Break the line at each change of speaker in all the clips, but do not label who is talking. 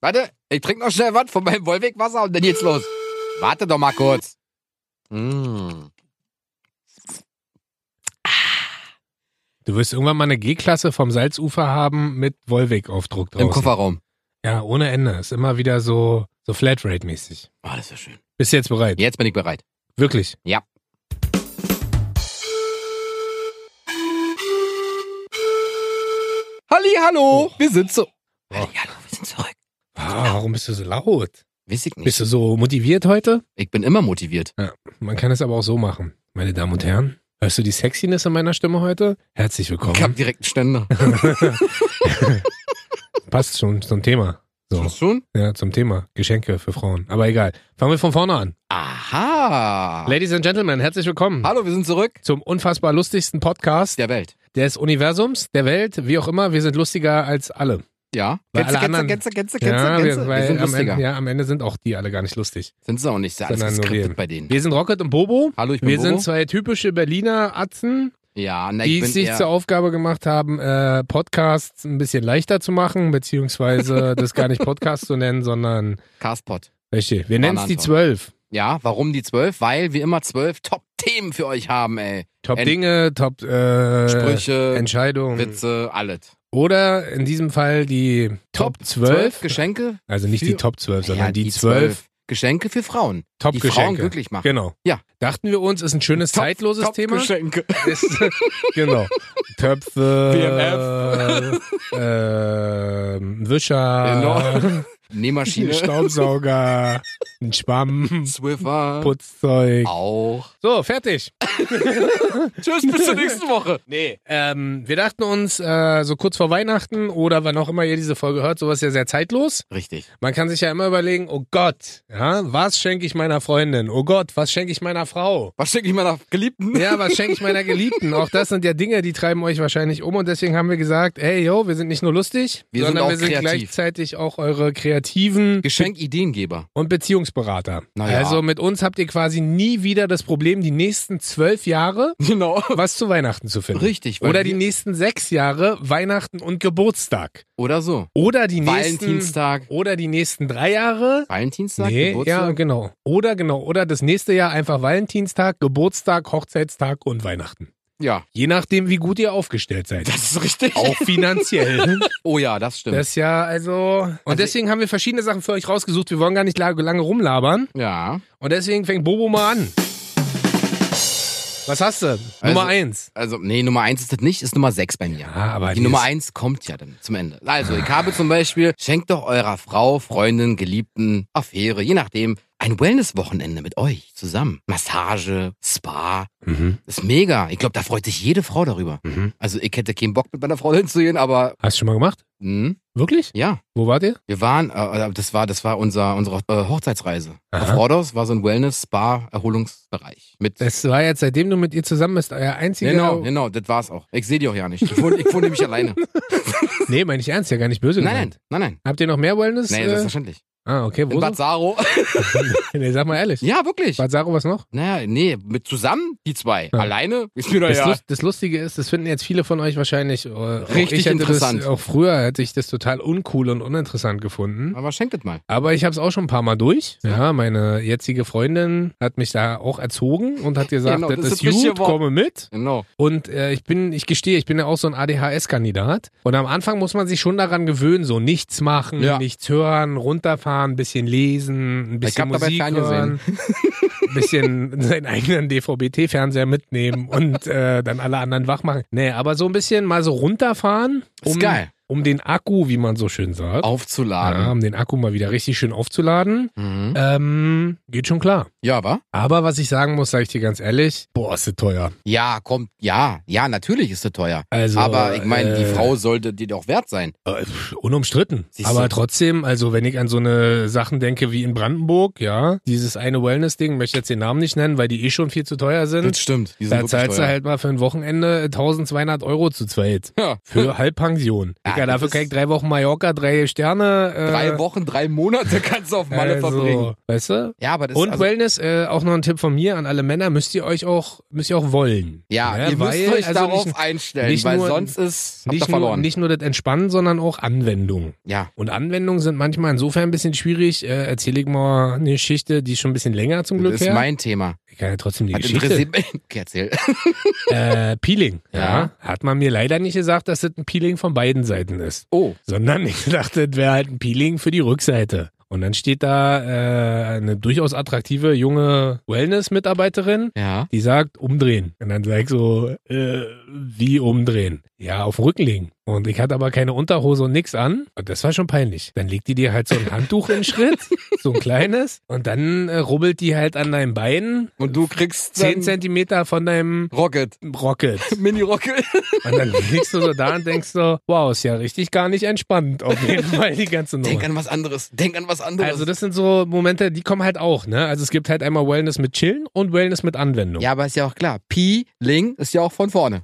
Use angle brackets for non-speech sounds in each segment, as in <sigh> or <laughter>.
Warte, ich trink noch schnell was von meinem Wollwegwasser und dann geht's los. Warte doch mal kurz. Mm.
Du wirst irgendwann mal eine G-Klasse vom Salzufer haben mit Wollweg-Aufdruck drauf.
Im Kofferraum.
Ja, ohne Ende. Ist immer wieder so, so Flatrate-mäßig.
Oh, das ist schön.
Bist du jetzt bereit?
Jetzt bin ich bereit.
Wirklich?
Ja. Halli, hallo,
Oh.
wir sind Oh. so. Halli, hallo, wir sind zurück.
Ah, warum bist du so laut?
Weiß ich nicht.
Bist du so motiviert heute?
Ich bin immer motiviert.
Man kann es aber auch so machen. Meine Damen und Herren, hörst du die Sexiness in meiner Stimme heute? Herzlich willkommen.
Ich hab direkt einen Ständer.
Passt schon zum Thema. So,
Was schon?
ja, zum Thema. Geschenke für Frauen. Aber egal. Fangen wir von vorne an.
Aha.
Ladies and Gentlemen, herzlich willkommen
Hallo, wir sind zurück.
zum unfassbar lustigsten Podcast
Der Welt.
des Universums, der Welt, wie auch immer. Wir sind lustiger als alle.
Ja.
Weil
Gänse,
alle anderen-
Gänse, Gänse, Gänse, Gänse,
wir-
Gänse. Wir
weil
sind
am,
lustiger.
Ende, ja, am Ende sind auch die alle gar nicht lustig.
Sind sie auch nicht. Ist ja alles
Sondern nur
geskriptet
wir.
bei denen.
Wir sind Rocket und Bobo.
Hallo, ich bin
Wir
Bobo.
sind zwei typische Berliner Atzen,
ja, na,
die
ich
es
bin
sich
eher,
zur Aufgabe gemacht haben, äh, Podcasts ein bisschen leichter zu
<laughs>
machen, beziehungsweise das gar nicht Podcast zu nennen, sondern
Castpot.
welche? Wir nennen es die
Bananenton.
zwölf.
Ja, warum die zwölf? Weil wir immer zwölf Top-Themen für euch haben, ey.
Top
Ent-
Dinge, Top äh,
Sprüche,
Entscheidungen.
Witze, alles.
Oder in diesem Fall die Top
Zwölf
12.
Geschenke,
Also nicht die
für-
Top 12, sondern
Ja,
die zwölf
Geschenke für Frauen. die Frauen
Top-Geschenke.
glücklich machen.
Genau.
Ja.
Dachten wir uns, ist ein schönes,
Top-
zeitloses Thema. <laughs>
Top-Geschenke.
ist, genau. Töpfe,
BMF.
ähm, Wischer, ein
Nähmaschine.
<laughs> Staubsauger, ein Schwamm,
Swiffer.
Putzzeug.
Auch.
So, fertig.
Tschüss, bis zur nächsten Woche.
Nee. Ähm, wir dachten uns, äh, so kurz vor Weihnachten oder wann auch immer ihr diese Folge hört, sowas ist ja sehr zeitlos.
Richtig.
Man kann sich ja immer überlegen, oh Gott, ja, was schenke ich meiner Freundin? Oh Gott, was schenke ich meiner Frau?
Was schenke ich meiner Geliebten?
Ja, was schenke ich meiner Geliebten? Auch das sind ja Dinge, die treiben euch wahrscheinlich um und deswegen haben wir gesagt, hey yo, wir sind nicht nur lustig,
Wir sind
sondern
auch
wir sind
kreativ.
gleichzeitig auch eure kreativen
Geschenkideengeber.
und Beziehungsberater.
Na ja.
Also mit uns habt ihr quasi nie wieder das Problem, die nächsten zwölf Jahre
Genau.
was zu Weihnachten zu finden.
Richtig. weil
Oder die
wir-
nächsten sechs Jahre Weihnachten und Geburtstag.
Oder so.
Oder die nächsten
Valentinstag.
oder die nächsten drei Jahre.
Valentinstag,
nee, ja,
Geburtstag.
genau. Oder genau, oder das nächste Jahr einfach Valentinstag, Geburtstag, Hochzeitstag und Weihnachten.
Ja.
Je nachdem, wie gut ihr aufgestellt seid.
Das ist richtig.
<laughs> Auch finanziell.
Oh ja, das stimmt.
das ist ja, also. Und
Also-
deswegen haben wir verschiedene Sachen für euch rausgesucht. Wir wollen gar nicht lange, lange rumlabern.
ja.
Und deswegen fängt Bobo mal an. Was hast du? Nummer eins.
Also, nee, Nummer eins ist das nicht, ist Nummer sechs bei mir.
Ah, aber
Die Nummer eins kommt ja dann zum Ende. Also, ich habe zum Beispiel, schenkt doch eurer Frau, Freundin, Geliebten, Affäre, je nachdem, ein Wellness-Wochenende mit euch zusammen. Massage, Spa.
Mhm.
Ist mega. Ich glaube, da freut sich jede Frau darüber.
Mhm.
Also, ich hätte keinen Bock, mit meiner Frau hinzugehen, aber,
Hast du schon mal gemacht?
hm,
Wirklich?
ja.
Wo wart ihr?
Wir waren, äh, das war, das war unser, unsere äh, Hochzeitsreise.
Aha.
Auf Rhodos war so ein Wellness-Spa-Erholungsbereich. Mit
Das war jetzt, seitdem du mit ihr zusammen bist, euer einziger.
Genau,
<laughs>
genau, das war's auch. Ich sehe die auch ja nicht. Ich wohne, ich wohne nämlich alleine.
Nee, meine ich ernst, ja gar nicht böse
Nein,
gemeint.
nein, nein, nein.
Habt ihr noch mehr Wellness?
Nee,
äh?
selbstverständlich.
ah, okay,
In
wo?
Bad
so?
Saro.
<laughs>
<laughs>
nee, sag mal ehrlich.
Ja, wirklich.
Bad Saro, was noch?
Naja, nee, mit zusammen, die zwei.
Ja.
Alleine ist mir doch
Das,
ja.
Lust, das Lustige ist, das finden jetzt viele von euch wahrscheinlich äh, auch
Richtig
ich hätte
interessant.
Das, auch früher hätte ich das total uncool und uninteressant gefunden.
Aber schenkt das mal.
Aber ich habe es auch schon ein paar Mal durch. Ja, meine jetzige Freundin hat mich da auch erzogen
<laughs>
und hat gesagt,
Genau, das
das,
ist
ist
richtig
gut,
geworden.
komme mit.
Genau.
Und äh, ich bin, ich gestehe, ich bin ja auch so ein ADHS-Kandidat. Und am Anfang muss man sich schon daran gewöhnen, so nichts machen,
Ja.
nichts hören, runterfahren, ein bisschen lesen, ein bisschen
hab dabei
Musik hören,
ferngesehen. <laughs>
ein bisschen seinen eigenen DVB-T-Fernseher mitnehmen und äh, dann alle anderen wach machen. Nee, aber so ein bisschen mal so runterfahren,
ist
um,
geil.
um den Akku, wie man so schön sagt, ja,
Aufzuladen.
um den Akku mal wieder richtig schön aufzuladen.
Ja, mhm.
Ähm, geht schon klar.
ja wa?
Aber was ich sagen muss, sage ich dir ganz ehrlich, boah, ist das teuer.
Ja, kommt, ja, ja, natürlich ist das teuer.
Also,
Aber ich meine, die
äh,
Frau sollte dir doch wert sein.
Äh, pf, Unumstritten.
Siehst
Aber
du.
trotzdem, also wenn ich an so eine Sachen denke wie in Brandenburg, ja, dieses eine Wellness-Ding, möchte jetzt den Namen nicht nennen, weil die eh schon viel zu teuer sind.
Das stimmt. Die sind
Da
wirklich
zahlst du
teuer.
halt mal für ein Wochenende 1200 Euro äh, zu zweit.
Ja.
Für Halbpension. Ich Digga, dafür
Hm. das
kann ich drei Wochen Mallorca, drei Sterne. Äh,
Drei Wochen, drei Monate kannst du auf Malle
also,
verbringen.
Weißt du?
Ja, aber das
Und
also,
Wellness, äh, auch noch ein Tipp von mir an alle Männer, müsst ihr euch auch, müsst ihr auch wollen.
ja,
Ne?
ihr müsst
Weil,
euch
also
darauf
nicht,
einstellen,
nicht
weil
nur-
sonst ist habt ihr
nicht, nur,
verloren.
nicht nur das Entspannen, sondern auch Anwendung.
ja.
Und Anwendungen sind manchmal insofern ein bisschen schwierig. Äh, erzähle ich mal eine Geschichte, die ist schon ein bisschen länger zum Glück
Das ist
her.
mein Thema.
Ich kann ja trotzdem die
Hat
Geschichte.
interessiert mich. <laughs> Okay, erzähl.
Äh, Peeling.
<laughs>
Ja.
Ja.
Hat man mir leider nicht gesagt, dass das ein Peeling von beiden Seiten ist.
Oh,
Sondern ich dachte, das wäre halt ein Peeling für die Rückseite. Und dann steht da äh, eine durchaus attraktive junge Wellness-Mitarbeiterin,
ja.
die sagt, umdrehen. Und dann sag ich so, äh, wie umdrehen? Ja, auf dem Rücken liegen. Und ich hatte aber keine Unterhose und nix an. Und das war schon peinlich. Dann legt die dir halt so ein Handtuch in
<laughs>
den Schritt, so ein kleines. Und dann äh, rubbelt die halt an deinem Bein,
Und du kriegst dann
zehn Zentimeter von deinem
Rocket.
Rocket.
<laughs> Mini-Rocket.
Und dann liegst du so da und denkst so, wow, ist ja richtig gar nicht entspannt. Auf jeden Fall die ganze Nummer.
Denk an was anderes. Denk an was anderes.
Also das sind so Momente, die kommen halt auch, ne? Also es gibt halt einmal Wellness mit Chillen und Wellness mit Anwendung.
ja, aber ist ja auch klar. Pi, Ling ist ja auch von vorne.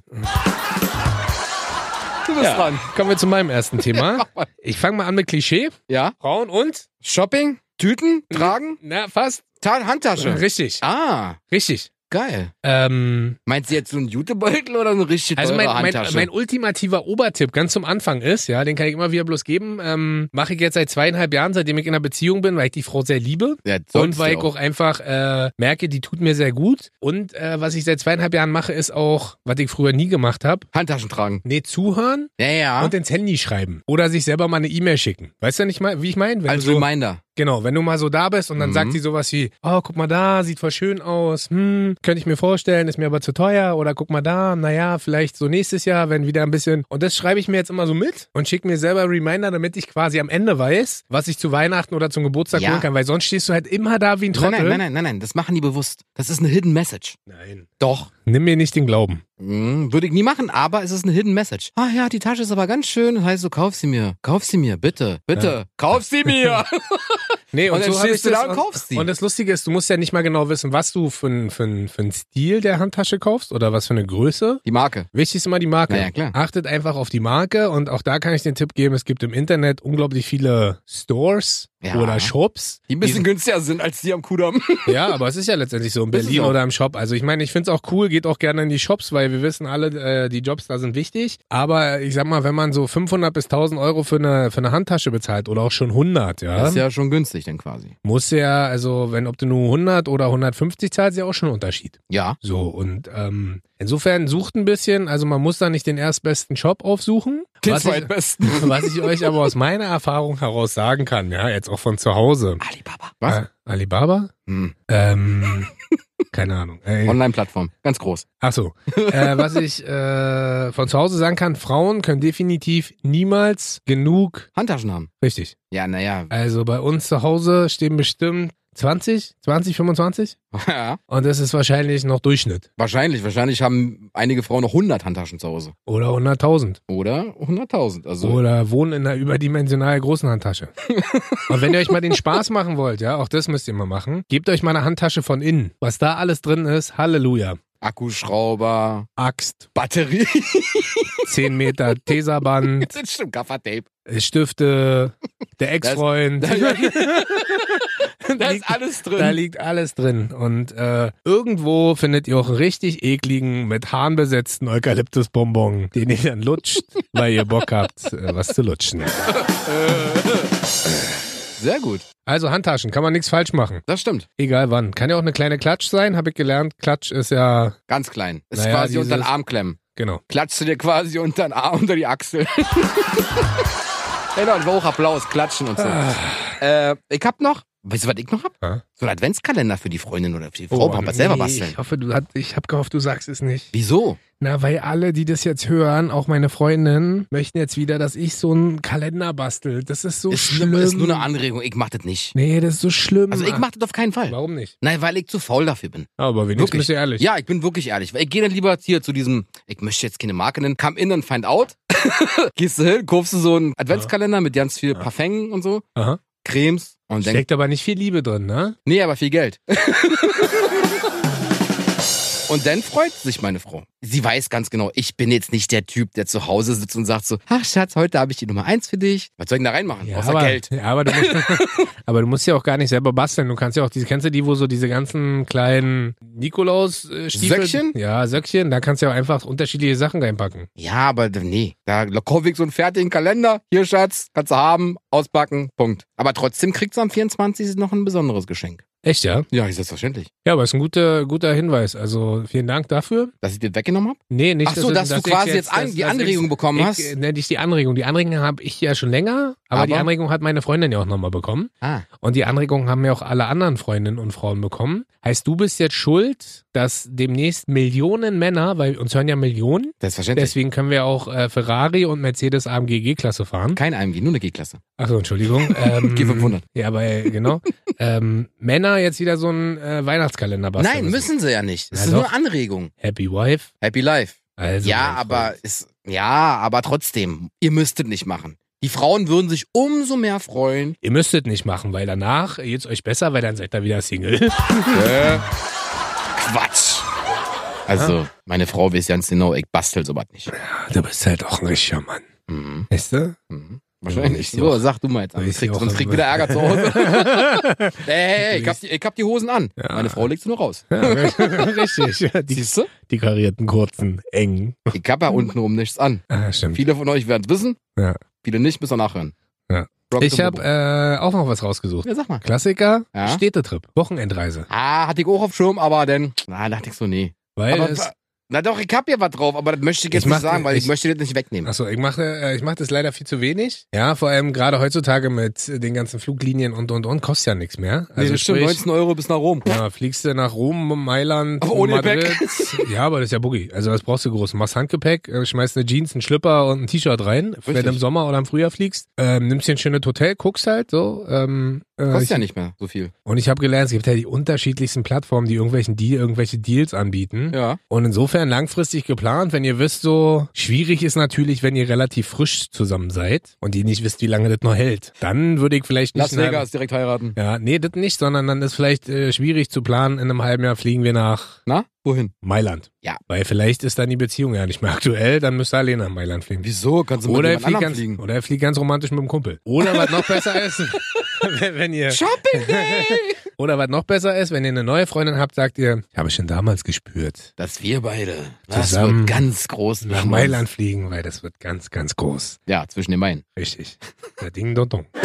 Du bist
Ja.
<laughs> dran.
Kommen wir zu meinem
<laughs>
ersten Thema.
mal.
Ich fange mal an mit Klischee.
Ja.
Frauen und?
Shopping, Tüten, Tragen,
Na, fast.
Ta Handtasche.
Richtig,
Ah,
richtig.
geil.
Ähm,
Meint sie jetzt so einen Jutebeutel oder eine richtig teure
also mein, mein,
Handtasche?
mein ultimativer Obertipp ganz zum Anfang ist, ja, den kann ich immer wieder bloß geben, ähm, mache ich jetzt seit zweieinhalb Jahren, seitdem ich in einer Beziehung bin, weil ich die Frau sehr liebe.
ja,
Und
solltest
weil
du
ich auch einfach äh, merke, die tut mir sehr gut. Und äh, was ich seit zweieinhalb Jahren mache, ist auch, was ich früher nie gemacht habe.
Handtaschen tragen.
Nee, zuhören
Ja, ja.
und ins Handy schreiben. Oder sich selber mal eine E-Mail schicken. Weißt du nicht mal, wie ich meine? Wenn
Als
du so,
Also Reminder.
genau, wenn du mal so da bist und dann
Mhm.
sagt sie sowas wie, oh, guck mal da, sieht voll schön aus, hm, könnte ich mir vorstellen, ist mir aber zu teuer. Oder guck mal da, naja, vielleicht so nächstes Jahr, wenn wieder ein bisschen. Und das schreibe ich mir jetzt immer so mit und schicke mir selber Reminder, damit ich quasi am Ende weiß, was ich zu Weihnachten oder zum Geburtstag
Ja.
holen kann. Weil sonst stehst du halt immer da wie ein
Nein,
Trottel.
nein, nein, nein, nein, nein, das machen die bewusst. Das ist eine Hidden Message.
Nein.
Doch.
Nimm mir nicht den Glauben.
Hm, würde ich nie machen, aber es ist eine Hidden Message. Ah ja, die Tasche ist aber ganz schön. Das heißt so, kauf sie mir. Kauf sie mir, bitte. Bitte. Kauf sie
<laughs>
mir.
Nee,
und dann
hab
stehst du
das-
da und kaufst die.
Und das Lustige ist, du musst ja nicht mal genau wissen, was du für einen für einen- für einen Stil der Handtasche kaufst oder was für eine Größe.
Die Marke.
Wichtig ist immer die Marke.
Na ja, klar.
Achtet einfach auf die Marke und auch da kann ich den Tipp geben, es gibt im Internet unglaublich viele Stores
Ja.
oder Shops.
Die ein bisschen günstiger sind als die am Kudamm. <laughs>
Ja, aber es ist ja letztendlich so in
Ist es
Berlin
auch.
oder im Shop. Also ich meine, ich find's auch cool, geht auch gerne in die Shops, weil wir wissen alle, äh, die Jobs da sind wichtig. Aber ich sag mal, wenn man so 500 bis 1000 Euro für eine, für eine Handtasche bezahlt oder auch schon 100, ja,
Das ist ja schon günstig dann quasi.
muss ja, also wenn ob du nur 100 oder 150 zahlst, ist ja auch schon ein Unterschied.
Ja.
So und ähm, insofern sucht ein bisschen, also man muss da nicht den erstbesten Shop aufsuchen. Was ich,
zweitbesten.
<laughs> was ich euch aber aus meiner Erfahrung heraus sagen kann, ja, jetzt auch von zu Hause.
Alibaba. Was?
Äh, Alibaba?
Hm.
Ähm, keine Ahnung. Äh,
Online-Plattform. Ganz groß.
Ach so. Äh, was ich äh, von zu Hause sagen kann, Frauen können definitiv niemals genug.
Handtaschen haben.
Richtig.
Ja, <laughs> naja.
Also bei uns zu Hause stehen bestimmt 20, 20, 25.
ja.
Und das ist wahrscheinlich noch Durchschnitt.
Wahrscheinlich. Wahrscheinlich haben einige Frauen noch 100 Handtaschen zu Hause.
Oder 100.000.
Oder 100.000. Also.
Oder wohnen in einer überdimensional großen Handtasche. Und wenn ihr euch mal den Spaß machen wollt, ja, auch das müsst ihr mal machen, gebt euch mal eine Handtasche von innen. Was da alles drin ist, Halleluja.
Akkuschrauber.
Axt,
Batterie. <laughs>
10 Meter Tesaband,
das stimmt. Gaffertape.
Stifte, der Ex-Freund.
Da, da
Da
ist
liegt-
alles drin.
da liegt alles drin. Und äh, irgendwo findet ihr auch einen richtig ekligen, mit Haaren besetzten Eukalyptusbonbon, den ihr dann lutscht, weil ihr Bock habt, äh, was zu lutschen.
Sehr gut.
Also Handtaschen, kann man nichts falsch machen.
Das stimmt.
Egal wann. Kann ja auch eine kleine Klatsch sein, habe ich gelernt. Klatsch ist ja,
Ganz klein. Ist
Naja,
quasi unter den
dieses-
Arm klemmen.
genau.
Klatschst du dir quasi unter den Arm, unter die
<laughs>
Achsel. Genau, und war auch Applaus, Klatschen und so.
Ah.
Äh, ich hab noch, weißt du, was ich noch hab?
Ja.
So einen Adventskalender für die Freundin oder für die
Oh,
Frau, aber selber basteln.
Ich hoffe, du hast, ich habe gehofft, du sagst es nicht.
Wieso?
Na, weil alle, die das jetzt hören, auch meine Freundinnen, möchten jetzt wieder, dass ich so einen Kalender bastel. Das ist so
Ist,
schlimm. Ah.
nur- ist nur eine Anregung, ich mach das nicht.
nee, das ist so schlimm.
Also ich mach das auf keinen Fall.
Warum nicht?
Nein, weil ich zu faul dafür bin.
Aber wenigstens bist du ehrlich.
Ja, ich bin wirklich ehrlich. Weil ich gehe dann lieber hier zu diesem, ich möchte jetzt keine Marke nennen, come in and find out. <laughs> Gehst du hin, kaufst du so einen Adventskalender mit ganz viel Parfum und so,
Aha.
Cremes und denkst,
Steckt aber nicht viel Liebe drin, ne?
nee, aber viel Geld. <laughs> Und dann freut sich meine Frau. Sie weiß ganz genau, ich bin jetzt nicht der Typ, der zu Hause sitzt und sagt so, ach Schatz, heute habe ich die Nummer eins für dich. Was soll ich denn da reinmachen?
Ja,
Außer
aber,
Geld.
Ja, aber, du
<laughs>
musst, aber du musst ja auch gar nicht selber basteln. Du kannst ja auch diese, kennst du die, wo so diese ganzen kleinen Nikolaus-Stiefel.
Söckchen?
Ja, Söckchen. Da kannst du ja einfach unterschiedliche Sachen reinpacken.
Ja, aber nee. Da Lokowick so einen fertigen Kalender. Hier, Schatz, kannst du haben, auspacken, Punkt. Aber trotzdem kriegt sie am 24. noch ein besonderes Geschenk.
Echt, ja?
Ja, ist selbstverständlich.
Ja, aber ist ein guter, guter Hinweis. Also vielen Dank dafür.
Dass ich dir weggenommen habe?
Nee, nicht,
Ach so, dass, du
ich
quasi jetzt, an,
dass-
die
dass ich-
Anregung bekommen hast.
Ich, äh, ne, nicht die Anregung. Die Anregung habe ich ja schon länger, aber,
Aber?
die Anregung hat meine Freundin ja auch nochmal bekommen.
ah,
Und die Anregung haben ja auch alle anderen Freundinnen und Frauen bekommen. Heißt, du bist jetzt schuld, dass demnächst Millionen Männer, weil uns hören ja Millionen,
selbstverständlich.
deswegen können wir auch äh, Ferrari und Mercedes AMG G-Klasse fahren.
Kein AMG, nur eine G-Klasse. <laughs>
Achso, Entschuldigung. Ähm,
G500.
Ja, weil, genau. ähm, Männer jetzt wieder so einen äh, Weihnachtskalender basteln.
Nein, müssen sie ja nicht. Es
Na
ist
doch.
nur Anregung.
Happy Wife.
Happy Life.
Also,
ja,
mein
aber
Freund.
ist, ja, aber trotzdem, ihr müsstet nicht machen. Die Frauen würden sich umso mehr freuen.
Ihr müsstet nicht machen, weil danach geht's euch besser, weil dann seid ihr
<laughs>
wieder Single.
Quatsch. Also, meine Frau weiß ganz genau, ich bastel sowas nicht.
du bist halt auch ein richtiger Mann.
Mhm.
Weißt du?
Mhm. Wahrscheinlich.
Ja, ich
so,
auch.
sag du mal jetzt an.
Ich
Ich krieg,
auch
sonst krieg
immer.
wieder Ärger zu Hause.
<laughs>
hey, hey, hey, ich hab die, ich hab die Hosen an.
Ja.
Meine Frau legst du nur raus.
Ja, <laughs> richtig. Die,
Siehst du?
die karierten, kurzen, engen.
Ich hab ja untenrum nichts an.
Ah, stimmt.
Viele von euch werden es wissen.
Ja.
Viele nicht, müssen nachhören.
Ja.
Rock
Ich
the
habe
Bobo.
äh, auch noch was rausgesucht.
ja, sag mal.
Klassiker,
Ja?
Städtetrip, Wochenendreise.
Ah, hatte ich auch auf Schirm, aber dann, na, dachte ich so, nee.
Weil
Aber
es,
wa- na doch, ich hab ja was drauf, aber das möchte ich jetzt
Ich mach-
nicht sagen, weil ich,
ich-
möchte das nicht wegnehmen.
achso, ich mache äh, ich mach das leider viel zu wenig. Ja, vor allem gerade heutzutage mit äh, den ganzen Fluglinien und und und kostet ja nichts mehr. Also
nee, das stimmt,
sprich,
19 Euro bis nach Rom.
ja, fliegst du nach Rom, Mailand,
Aber ohne
Madrid.
Gepäck.
Ja, aber das ist ja Boogie. Also das brauchst du groß. Du machst Handgepäck, äh, schmeißt eine Jeans, einen Schlipper und ein T-Shirt rein, wenn
Richtig.
du im Sommer oder im Frühjahr fliegst. Ähm, nimmst dir ein schönes Hotel, guckst halt so. Ähm, äh,
Kostet
ich,
ja nicht mehr so viel.
Und ich habe gelernt, es gibt ja die unterschiedlichsten Plattformen, die irgendwelchen Deal, irgendwelche Deals anbieten.
Ja.
Und insofern langfristig geplant, wenn ihr wisst, so schwierig ist natürlich, wenn ihr relativ frisch zusammen seid und ihr nicht wisst, wie lange das noch hält. Dann würde ich vielleicht nicht
Las Vegas direkt heiraten.
Ja, nee, das nicht, sondern dann ist vielleicht äh, schwierig zu planen. In einem halben Jahr fliegen wir nach
Na, wohin?
Mailand.
Ja.
Weil vielleicht ist dann die Beziehung ja nicht mehr aktuell, dann müsst ihr alleine nach Mailand fliegen.
Wieso? Kannst du mit
Oder er,
jemand
fliegt
anderem
ganz,
fliegen?
oder er fliegt ganz romantisch mit dem Kumpel. Oder was noch besser
<laughs>
ist, wenn, wenn ihr <laughs>
Shopping Day!
Oder was noch besser ist, wenn ihr eine neue Freundin habt, sagt ihr, habe ich schon damals gespürt.
Dass wir beide, das
Zusammen
wird ganz groß.
Nach Mailand fliegen, weil das wird ganz, ganz groß.
Ja, zwischen den Beinen.
Richtig. Der Ding Dong Dong. <laughs>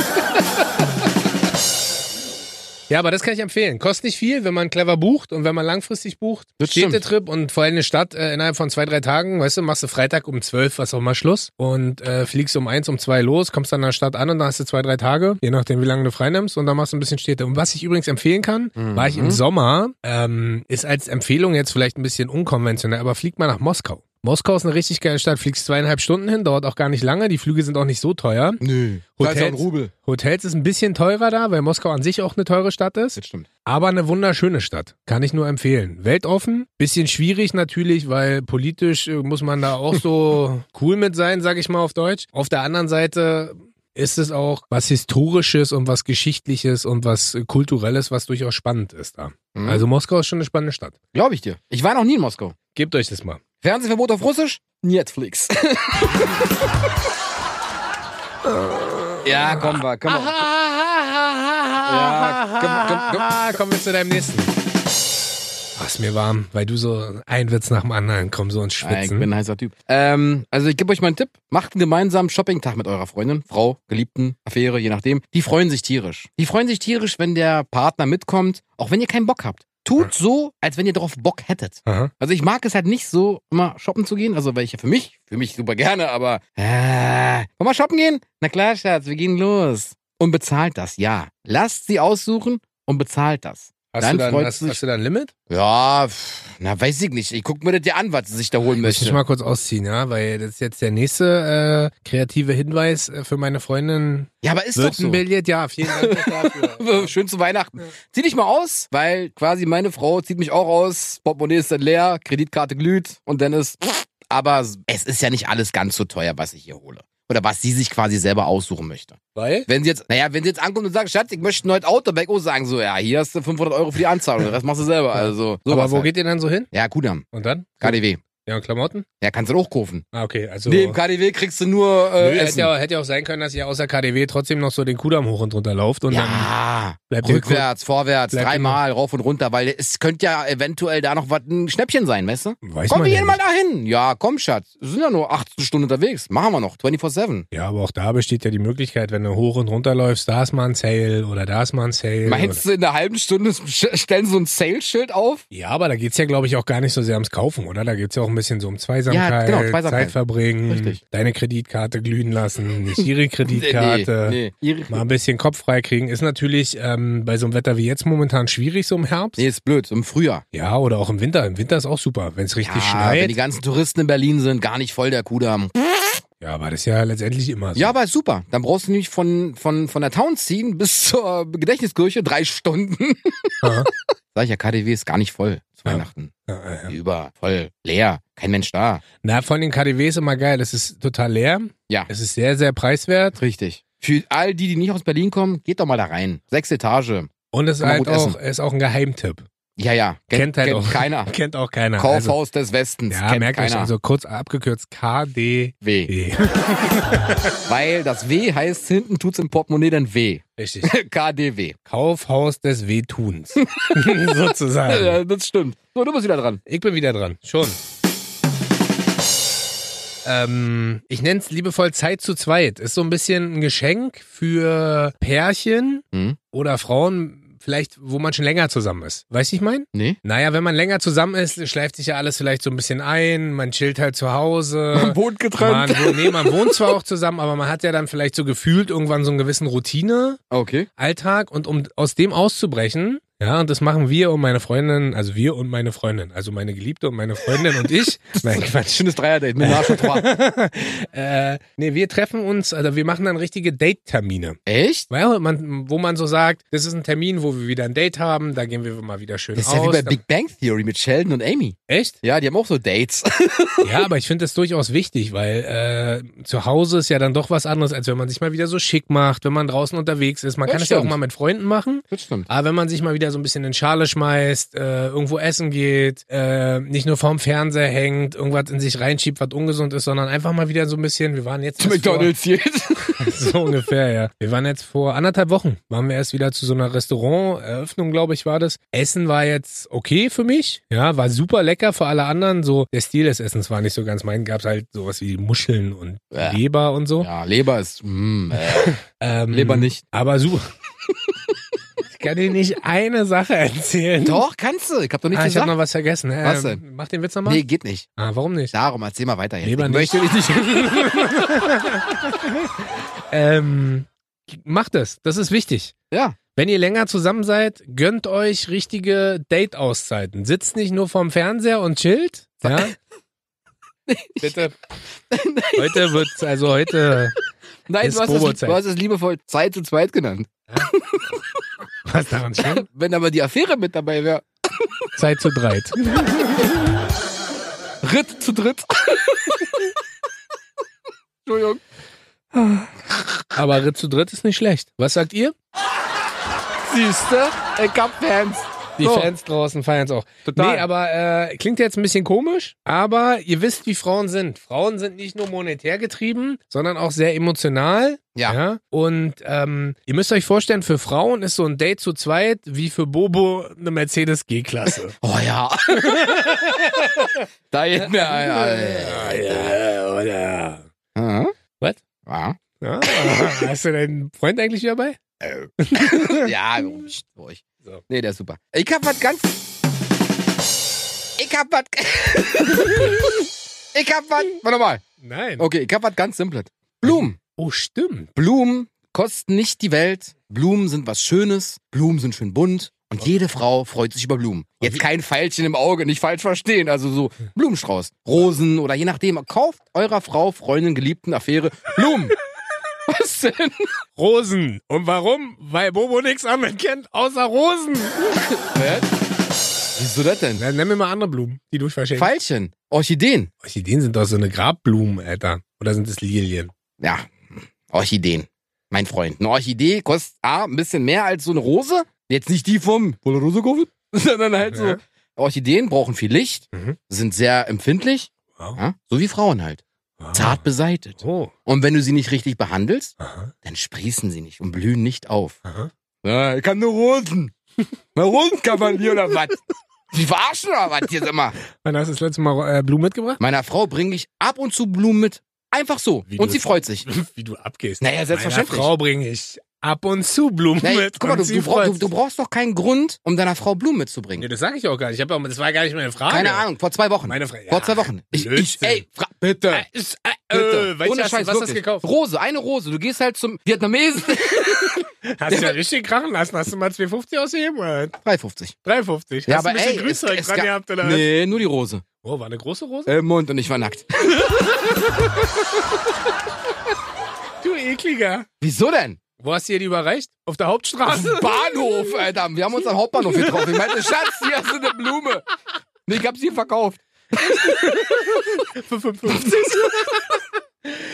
Ja, aber das kann ich empfehlen. Kostet nicht viel, wenn man clever bucht und wenn man langfristig bucht.
Das stimmt.
Städtetrip und vor allem eine Stadt äh, innerhalb von zwei, drei Tagen, weißt du, machst du Freitag um zwölf, was auch mal Schluss und äh, fliegst um eins, um zwei los, kommst dann in der Stadt an und dann hast du zwei, drei Tage, je nachdem, wie lange du freinimmst und dann machst du ein bisschen Städte. Und was ich übrigens empfehlen kann,
Mhm.
war ich im Sommer, ähm, ist als Empfehlung jetzt vielleicht ein bisschen unkonventionell, aber flieg mal nach Moskau. Moskau ist eine richtig geile Stadt, fliegst zweieinhalb Stunden hin, dauert auch gar nicht lange, die Flüge sind auch nicht so teuer.
Nö.
Hotels-
Hotels. ein Rubel.
Hotels ist ein bisschen teurer da, weil Moskau an sich auch eine teure Stadt ist,
Das stimmt.
aber eine wunderschöne Stadt. Kann ich nur empfehlen. Weltoffen, bisschen schwierig natürlich, weil politisch äh, muss man da
<laughs>
auch so cool mit sein, sag ich mal auf Deutsch. Auf der anderen Seite ist es auch was Historisches und was Geschichtliches und was äh, Kulturelles, was durchaus spannend ist da.
Mhm.
Also Moskau ist schon eine spannende Stadt.
Glaube ich dir. Ich war noch nie in Moskau.
Gebt euch das mal.
Fernsehverbot auf Russisch? Netflix. <laughs> ja, komm, war, komm. mal. Ja, komm, komm, komm.
Ah, kommen wir zu deinem nächsten. Ach, ist mir warm, weil du so ein Witz nach dem anderen komm so ins
Ah, Ich
Schwitzen.
bin ein heißer Typ. Ähm, also ich gebe euch mal einen Tipp. Macht einen gemeinsamen Shoppingtag mit eurer Freundin, Frau, Geliebten, Affäre, je nachdem. Die freuen sich tierisch. Die freuen sich tierisch, wenn der Partner mitkommt, auch wenn ihr keinen Bock habt. Tut so, als wenn ihr drauf Bock hättet.
Aha.
Also ich mag es halt nicht so, immer shoppen zu gehen. Also weil ich ja für mich, für mich super gerne, aber äh, wollen wir shoppen gehen? Na klar, Schatz, wir gehen los. Und bezahlt das, ja. Lasst sie aussuchen und bezahlt das.
Hast,
Dann
du dann,
freut
hast,
sich-
hast du dann ein Limit?
Ja, pff, na weiß ich nicht. Ich guck mir das ja an, was sie sich da holen
Möchte ich
möchte.
mal kurz ausziehen, ja, weil das ist jetzt der nächste äh, kreative Hinweis äh, für meine Freundin.
Ja, aber ist doch so.
Würstenbillett, ja, vielen Dank
<laughs>
dafür.
Schön zu Weihnachten. Zieh dich mal aus, weil quasi meine Frau zieht mich auch aus. Portemonnaie ist dann leer, Kreditkarte glüht und dann ist. Aber es ist ja nicht alles ganz so teuer, was ich hier hole. oder was sie sich quasi selber aussuchen möchte.
Weil?
Wenn sie jetzt, naja, wenn sie jetzt ankommt und sagt, Schatz, ich möchte ein neues Auto, weg, oh, sagen so, ja, hier hast du 500 Euro für die Anzahlung, das machst du selber, also. Sowas
Aber wo
halt.
geht ihr dann so hin?
Ja, Kudam,
Und dann?
KDW.
Ja, und Klamotten?
Ja, kannst du auch kaufen.
Ah, okay, also.
Nee, im KDW kriegst du nur,
Nö,
äh,
hätte,
Essen.
ja, hätte ja auch sein können, dass ihr außer KDW trotzdem noch so den Kudamm hoch und runter lauft und dann
ja,
bleibt ihr kurz.
rückwärts, vorwärts,
Bleibt
dreimal, rauf und runter, weil es könnte ja eventuell da noch was ein Schnäppchen sein, weißt du?
Weiß
Komm,
man
wir
ja,
gehen mal
nicht.
dahin. Ja, komm, Schatz. Wir sind ja nur 18 Stunden unterwegs. Machen wir noch. 24-7.
ja, aber auch da besteht ja die Möglichkeit, wenn du hoch und runter läufst, da ist mal ein Sale oder da ist mal ein Sale.
Meinst du, in einer halben Stunde <laughs> sch- stellen so ein Sales-Schild auf?
Ja, aber da geht's ja, glaube ich, auch gar nicht so sehr ums Kaufen, oder? Da geht's ja auch ein bisschen so um Zweisamkeit,
Ja, genau, Zweisamkeit.
Zeit verbringen,
Richtig.
deine Kreditkarte glühen lassen, nicht ihre
Äh, Nee,
Kreditkarte.
Nee,
Mal
nee.
ein bisschen Kopf frei kriegen. Ist natürlich ähm, bei so einem Wetter wie jetzt momentan schwierig, so im Herbst.
nee, ist blöd. Im Frühjahr.
Ja, oder auch im Winter. Im Winter ist auch super, wenn es richtig
Ja, wenn die
schneit.
ganzen Touristen in Berlin sind, gar nicht voll der Kudamm.
Ja, aber das ist ja letztendlich immer so. <laughs>
Ja, aber ist super. Dann brauchst du nämlich von, von, von der Town ziehen bis zur Gedächtniskirche drei Stunden. <laughs>
Aha.
Sag ich ja, KDW ist gar nicht voll zu
Ja.
Weihnachten.
Ja, ja, ja.
Über, voll, leer, kein Mensch da.
Na, von den KDW ist immer geil. Es ist total leer.
Ja.
Es ist sehr, sehr preiswert.
Richtig. Für all die, die nicht aus Berlin kommen, geht doch mal da rein. Sechs Etage.
Und es ist
Kann man
halt
gut
auch,
essen.
ist auch ein Geheimtipp.
Ja, ja.
Kennt halt auch. <laughs>
keiner.
Kennt auch keiner. Also-
Kaufhaus des Westens.
Ja,
kennt
merkt euch,
keiner.
also kurz abgekürzt E. KDW.
W. Weil das W heißt, hinten tut's im Portemonnaie dann <laughs> weh.
<laughs> Richtig.
KDW.
Kaufhaus des <laughs> Wehtuns. Sozusagen.
Ja, das stimmt. So, du bist wieder dran.
Ich bin wieder dran. Schon. Ähm, ich nenne es liebevoll Zeit zu zweit. Ist so ein bisschen ein Geschenk für Pärchen
Hm?
oder Frauen, vielleicht, wo man schon länger zusammen ist. Weißt du, ich mein?
Nee?
Naja, wenn man länger zusammen ist, schleift sich ja alles vielleicht so ein bisschen ein. Man chillt halt zu Hause.
Boot
Man, <laughs> wo- nee, man wohnt zwar auch zusammen, aber man hat ja dann vielleicht so gefühlt irgendwann so einen gewissen Routine,
Okay.
Alltag und um aus dem auszubrechen, ja, und das machen wir und meine Freundin, also wir und meine Freundin, also meine Geliebte und meine Freundin
<laughs>
und ich. Nein, Quatsch.
Schönes Dreier-Date mit Arsch und Trois.
äh, nee, wir treffen uns, also wir machen dann richtige Date-Termine.
<laughs> Echt?
Weil man, wo man so sagt, das ist ein Termin, wo wir wieder ein Date haben, da gehen wir mal wieder schön
Das ist
aus.
ja wie bei
da-
Big Bang Theory mit Sheldon und Amy.
Echt?
Ja, die haben auch so
<laughs>
Dates.
Ja, aber ich finde das durchaus wichtig, weil äh, zu Hause ist ja dann doch was anderes, als wenn man sich mal wieder so schick macht, wenn man draußen unterwegs ist. Man
Das
kann es ja auch
stimmt.
mal mit Freunden machen.
Das stimmt.
Aber wenn man sich mal wieder so ein bisschen in Schale schmeißt, äh, irgendwo essen geht, äh, nicht nur vorm Fernseher hängt, irgendwas in sich reinschiebt, was ungesund ist, sondern einfach mal wieder so ein bisschen, wir waren jetzt
Zu
erst vor-
McDonalds
<laughs>
hier.
so ungefähr, ja. Wir waren jetzt vor anderthalb Wochen, waren wir erst wieder zu so einer Restauranteröffnung, glaube ich, war das. Essen war jetzt okay für mich, ja, war super lecker für alle anderen. So der Stil des Essens war nicht so ganz mein, gab es halt sowas wie Muscheln und
Ja.
Leber und so.
Ja, Leber ist. Mm, äh,
Ähm,
Leber nicht.
Aber super. <laughs> ich kann dir nicht eine Sache erzählen.
Doch, kannst du. Ich hab doch nicht
Ah, ich habe
gesagt.
noch was vergessen. Ähm,
Was denn?
Mach den Witz nochmal.
Nee, geht nicht.
Ah, warum nicht?
Darum, erzähl mal weiter jetzt.
Leber
ich
nicht.
möchte dich nicht.
<laughs> Ähm, macht es. Das ist wichtig.
Ja.
Wenn ihr länger zusammen seid, gönnt euch richtige Date-Auszeiten. Sitzt nicht nur vorm Fernseher und chillt.
<laughs>
Ja? <laughs> Bitte. Heute wird's, also heute.
Nein,
Ist
du hast, es,
Probezeit.
du hast es liebevoll Zeit zu zweit genannt.
Was daran schlimm?
Wenn aber die Affäre mit dabei wäre,
Zeit zu dreit.
Ritt zu dritt. <laughs> Entschuldigung.
Aber Ritt zu dritt ist nicht schlecht. Was sagt ihr?
Siehste, ich hab Fans.
Die
So.
Fans draußen feiern es auch.
Total.
Nee, aber äh, klingt jetzt ein bisschen komisch, aber ihr wisst, wie Frauen sind. Frauen sind nicht nur monetär getrieben, sondern auch sehr emotional.
Ja.
Und ähm, ihr müsst euch vorstellen, für Frauen ist so ein Date zu zweit wie für Bobo eine Mercedes G-Klasse.
Oh ja. <laughs> da geht mir ein.
oder?
Hm?
Was?
Ja.
Ja, Ah, hast du deinen Freund eigentlich wieder bei?
<laughs> Ja, warum nicht? Für euch.
So.
Nee, der ist super. Ich hab was ganz. Ich hab was. <laughs> ich hab was. Warte mal.
Nein.
Okay, ich hab was ganz Simples. Blumen.
Oh, stimmt.
Blumen kosten nicht die Welt. Blumen sind was Schönes. Blumen sind schön bunt. Und jede Frau freut sich über Blumen. Jetzt kein Pfeilchen im Auge, nicht falsch verstehen. Also so Blumenstrauß, Rosen oder je nachdem. Kauft eurer Frau, Freundin, Geliebten, Affäre <laughs> Blumen. Was denn?
Rosen. Und warum? Weil Bobo nichts anderes kennt außer Rosen.
Hä? Wieso das denn?
Na, nenn mir mal andere Blumen, die du verschenkst. Oh,
Pfeilchen, Orchideen.
Orchideen sind doch so eine Grabblumen, Alter. Oder sind es Lilien?
Ja, Orchideen. Mein Freund. Eine Orchidee kostet A, ein bisschen mehr als so eine Rose. Jetzt nicht die vom Wolle Rose kaufen, <laughs> sondern halt so.
Ja.
Orchideen brauchen viel Licht,
Mhm.
sind sehr empfindlich,
Wow.
ja? so wie Frauen halt.
Ah.
Zart beseitet.
Oh.
Und wenn du sie nicht richtig behandelst,
Aha.
dann sprießen sie nicht und blühen nicht auf.
Aha.
Ja, ich kann nur Rosen. Na, Rosen kann man hier <laughs> oder was? Die verarschen oder was jetzt immer?
Wann hast du das letzte Mal äh, Blumen mitgebracht? <laughs>
Meiner Frau bringe ich ab und zu Blumen mit. Einfach so.
Wie
und
du-
sie freut sich.
Wie du abgehst.
Naja, selbstverständlich.
Meiner Frau bringe ich ab und zu Blumen
Naja,
mit.
guck mal,
und
du,
sie
du, brauch,
freut
du,
sich.
du brauchst doch keinen Grund, um deiner Frau Blumen
Nee,
mitzubringen.
das sage ich auch gar nicht. Ich hab, ja- das war gar nicht meine Frage.
Keine Ahnung, vor zwei Wochen.
Meine Frage.
Vor zwei Wochen. Ich, ich,
Blödsinn.
ey, fra- bitte.
Äh, ist, äh,
Bitte.
äh, weißt du, hast du- was hast du
wirklich.
gekauft?
Rose, eine Rose. Du gehst halt zum <laughs> Vietnamesen.
Hast du ja richtig krachen lassen. Hast du mal 2,50 ausgegeben? Oder
3,50.
3,50.
Ja,
hast du
aber
ein bisschen
ey,
Grünzeug
es- es
dran
gab-
gehabt, oder was?
Nee, nur die Rose.
Oh, war eine große Rose?
Äh, Mund und ich war nackt. <laughs>
Du ekliger.
Wieso denn?
Wo hast du dir die überreicht? Auf der
<laughs>
Hauptstraße?
Bahnhof, Alter. Wir haben uns am Hauptbahnhof getroffen. Ich meinte, Schatz, hier hast du eine Blume. Nee, ich hab sie verkauft.
Für
<laughs>
55.